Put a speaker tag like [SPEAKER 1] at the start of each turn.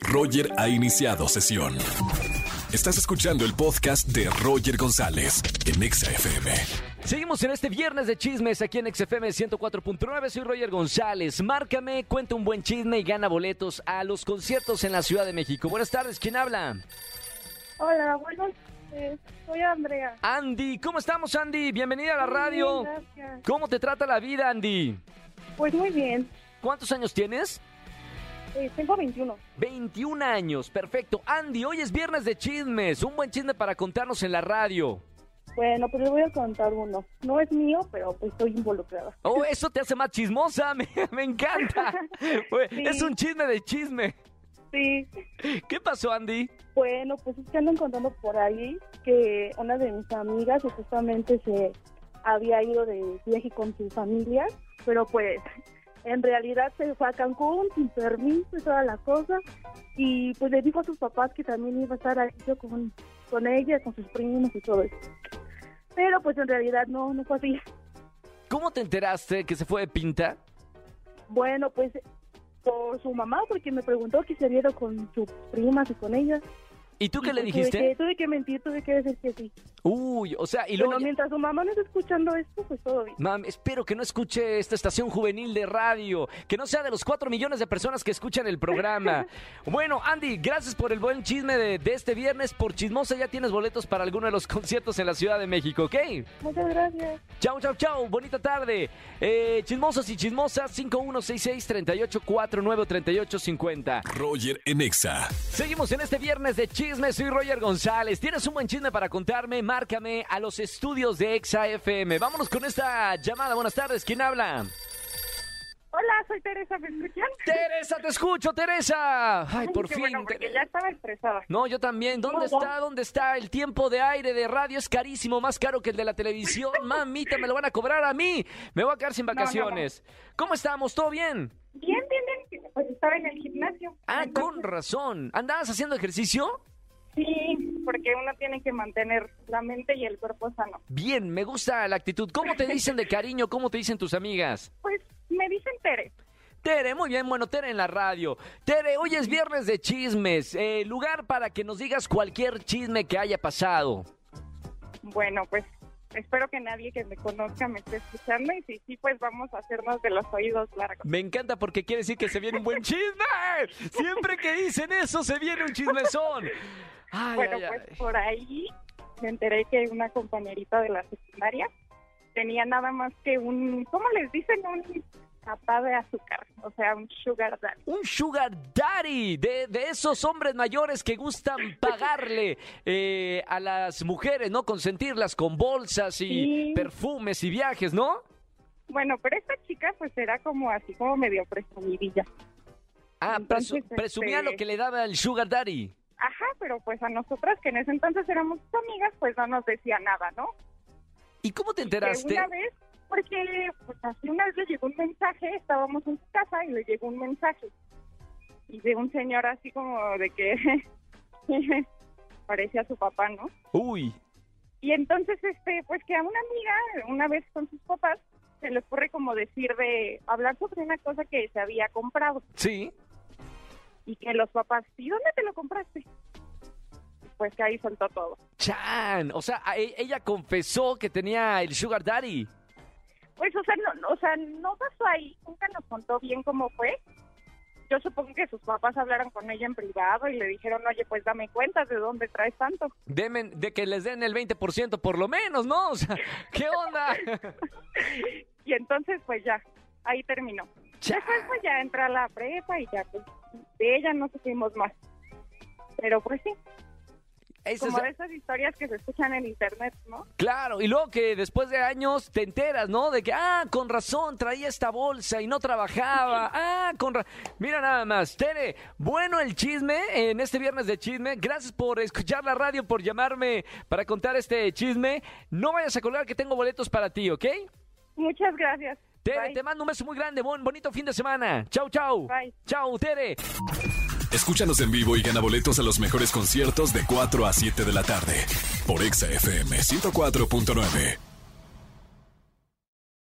[SPEAKER 1] Roger ha iniciado sesión. Estás escuchando el podcast de Roger González en Exa FM.
[SPEAKER 2] Seguimos en este viernes de chismes aquí en XFM 104.9. Soy Roger González. Márcame, cuenta un buen chisme y gana boletos a los conciertos en la Ciudad de México. Buenas tardes, ¿quién habla?
[SPEAKER 3] Hola, buenas tardes. Soy Andrea.
[SPEAKER 2] Andy, ¿cómo estamos, Andy? Bienvenida a la
[SPEAKER 3] Muy
[SPEAKER 2] radio.
[SPEAKER 3] bien, gracias.
[SPEAKER 2] ¿Cómo te trata la vida, Andy?
[SPEAKER 3] Pues muy bien.
[SPEAKER 2] ¿Cuántos años tienes?
[SPEAKER 3] Eh, tengo 21.
[SPEAKER 2] 21 años, perfecto. Andy, hoy es viernes de chismes. Un buen chisme para contarnos en la radio.
[SPEAKER 3] Bueno, pues les voy a contar uno. No es mío, pero pues estoy involucrada.
[SPEAKER 2] Oh, eso te hace más chismosa, me, me encanta. Pues,
[SPEAKER 3] Sí.
[SPEAKER 2] Es un chisme de chisme.
[SPEAKER 3] Sí.
[SPEAKER 2] ¿Qué pasó, Andy?
[SPEAKER 3] Bueno, pues es que andan contando por ahí que una de mis amigas supuestamente se había ido de viaje con su familia, pero pues en realidad se fue a Cancún sin permiso y toda la cosa. Y pues le dijo a sus papás que también iba a estar ahí yo con, con ella, con sus primos y todo eso. Pero pues en realidad no, no fue así.
[SPEAKER 2] ¿Cómo te enteraste que se fue de pinta?
[SPEAKER 3] Bueno, pues por su mamá, porque me preguntó que se vieron con sus primas y con ella. pues
[SPEAKER 2] ¿Y tú qué le
[SPEAKER 3] Tuve
[SPEAKER 2] dijiste?
[SPEAKER 3] que- tuve que mentir, tuve que decir que sí.
[SPEAKER 2] Uy, o sea, y
[SPEAKER 3] Pero
[SPEAKER 2] luego... ya-
[SPEAKER 3] mientras su mamá no esté escuchando esto, pues todo bien.
[SPEAKER 2] Mam, espero que no escuche esta estación juvenil de radio, que no sea de los 4 millones de personas que escuchan el programa. Bueno, Andy, gracias por el buen chisme de, de este viernes. Por chismosa ya tienes boletos para alguno de los conciertos en la Ciudad de México, ¿ok?
[SPEAKER 3] Muchas gracias.
[SPEAKER 2] Chau, chau, chau. Bonita tarde. Eh, chismosos y chismosas, 5166-3849-3850.
[SPEAKER 1] Roger en Exa.
[SPEAKER 2] Seguimos en este viernes de chismes. Soy Roger González. ¿Tienes un buen chisme para contarme? Márcame a los estudios de Exa FM. Vámonos con esta llamada. Buenas tardes. ¿Quién habla?
[SPEAKER 3] Hola, soy Teresa, ¿me escuchan?
[SPEAKER 2] Teresa, te escucho, Teresa. Ay, por fin. Tere-
[SPEAKER 3] estaba estresada.
[SPEAKER 2] No, yo también. ¿Dónde
[SPEAKER 3] No, no.
[SPEAKER 2] está? ¿Dónde está? El tiempo de aire de radio es carísimo, más caro que el de la televisión. Mamita, me lo van a cobrar a mí. Me voy a quedar sin
[SPEAKER 3] no, no.
[SPEAKER 2] vacaciones. ¿Cómo estamos? ¿Todo bien?
[SPEAKER 3] Bien, bien, bien. Pues estaba en el gimnasio.
[SPEAKER 2] Ah, con razón. ¿Andabas haciendo ejercicio?
[SPEAKER 3] Sí, porque uno tiene que mantener la mente y el cuerpo sano.
[SPEAKER 2] Bien, me gusta la actitud. ¿Cómo te dicen de cariño? ¿Cómo te dicen tus amigas?
[SPEAKER 3] Pues me dicen Tere.
[SPEAKER 2] Tere, muy bien, bueno, Tere en la radio. Tere, hoy es viernes de chismes, eh, lugar para que nos digas cualquier chisme que haya pasado.
[SPEAKER 4] Bueno, pues espero que nadie que me conozca me esté escuchando y si sí, pues vamos a hacernos de los oídos largos.
[SPEAKER 2] Me encanta porque quiere decir que se viene un buen chisme. Siempre que dicen eso, se viene un chismezón. Ay,
[SPEAKER 4] bueno,
[SPEAKER 2] ay,
[SPEAKER 4] pues
[SPEAKER 2] ay.
[SPEAKER 4] por ahí me enteré que una compañerita de la secundaria tenía nada más que un, ¿cómo les dicen? Un papá de azúcar, o sea, un sugar daddy.
[SPEAKER 2] Un sugar daddy de, de esos hombres mayores que gustan pagarle eh, a las mujeres, ¿no? Consentirlas con bolsas y
[SPEAKER 4] Sí.
[SPEAKER 2] perfumes y viajes, ¿no?
[SPEAKER 4] Bueno, pero esta chica pues era como así, como medio presumidilla.
[SPEAKER 2] Ah,
[SPEAKER 4] Entonces,
[SPEAKER 2] presu- presumía
[SPEAKER 4] este-
[SPEAKER 2] lo que le daba el sugar daddy.
[SPEAKER 4] Ajá, pero pues a nosotras que en ese entonces éramos sus amigas, pues no nos decía nada, ¿no?
[SPEAKER 2] ¿Y cómo te
[SPEAKER 4] que
[SPEAKER 2] enteraste?
[SPEAKER 4] una vez, porque pues, así una vez le llegó un mensaje, estábamos en su casa y le llegó un mensaje. Y de un señor así como de que parecía su papá, ¿no?
[SPEAKER 2] Uy,
[SPEAKER 4] Y entonces, este, pues que a una amiga, una vez con sus papás, se le ocurre como decir de hablar sobre una cosa que se había comprado
[SPEAKER 2] sí.
[SPEAKER 4] y que los papás, ¿y dónde te lo compraste? Pues que ahí soltó todo.
[SPEAKER 2] Chan, o sea, a- e- ella confesó que tenía el sugar daddy.
[SPEAKER 4] Pues, o sea, no, o sea, no pasó ahí, nunca nos contó bien cómo fue. Yo supongo que sus papás hablaron con ella en privado y le dijeron, oye, pues dame cuentas de dónde traes tanto.
[SPEAKER 2] Deme- de que les den el 20% por lo menos, ¿no? O sea, ¿qué onda?
[SPEAKER 4] Y entonces, pues ya, ahí terminó.
[SPEAKER 2] Chan.
[SPEAKER 4] Después, pues ya entra a la prepa y ya, pues, de ella no supimos más. Pero pues sí,
[SPEAKER 2] Ese es-
[SPEAKER 4] como de esas historias que se escuchan en internet, ¿no?
[SPEAKER 2] claro, y luego que después de años te enteras, ¿no? De que, ah, con razón, traía esta bolsa y no trabajaba. Ah, con razón. Mira nada más, Tere, bueno el chisme en este viernes de chisme. Gracias por escuchar la radio, por llamarme para contar este chisme. No vayas a colgar que tengo boletos para ti, ¿ok?
[SPEAKER 4] Muchas gracias.
[SPEAKER 2] Tere,
[SPEAKER 4] Bye.
[SPEAKER 2] te mando un beso muy grande, buen bonito fin de semana. Chau, chau.
[SPEAKER 4] Bye.
[SPEAKER 2] Chau, Tere.
[SPEAKER 1] Escúchanos en vivo y gana boletos a los mejores conciertos de 4 a 7 de la tarde por Exa FM 104.9.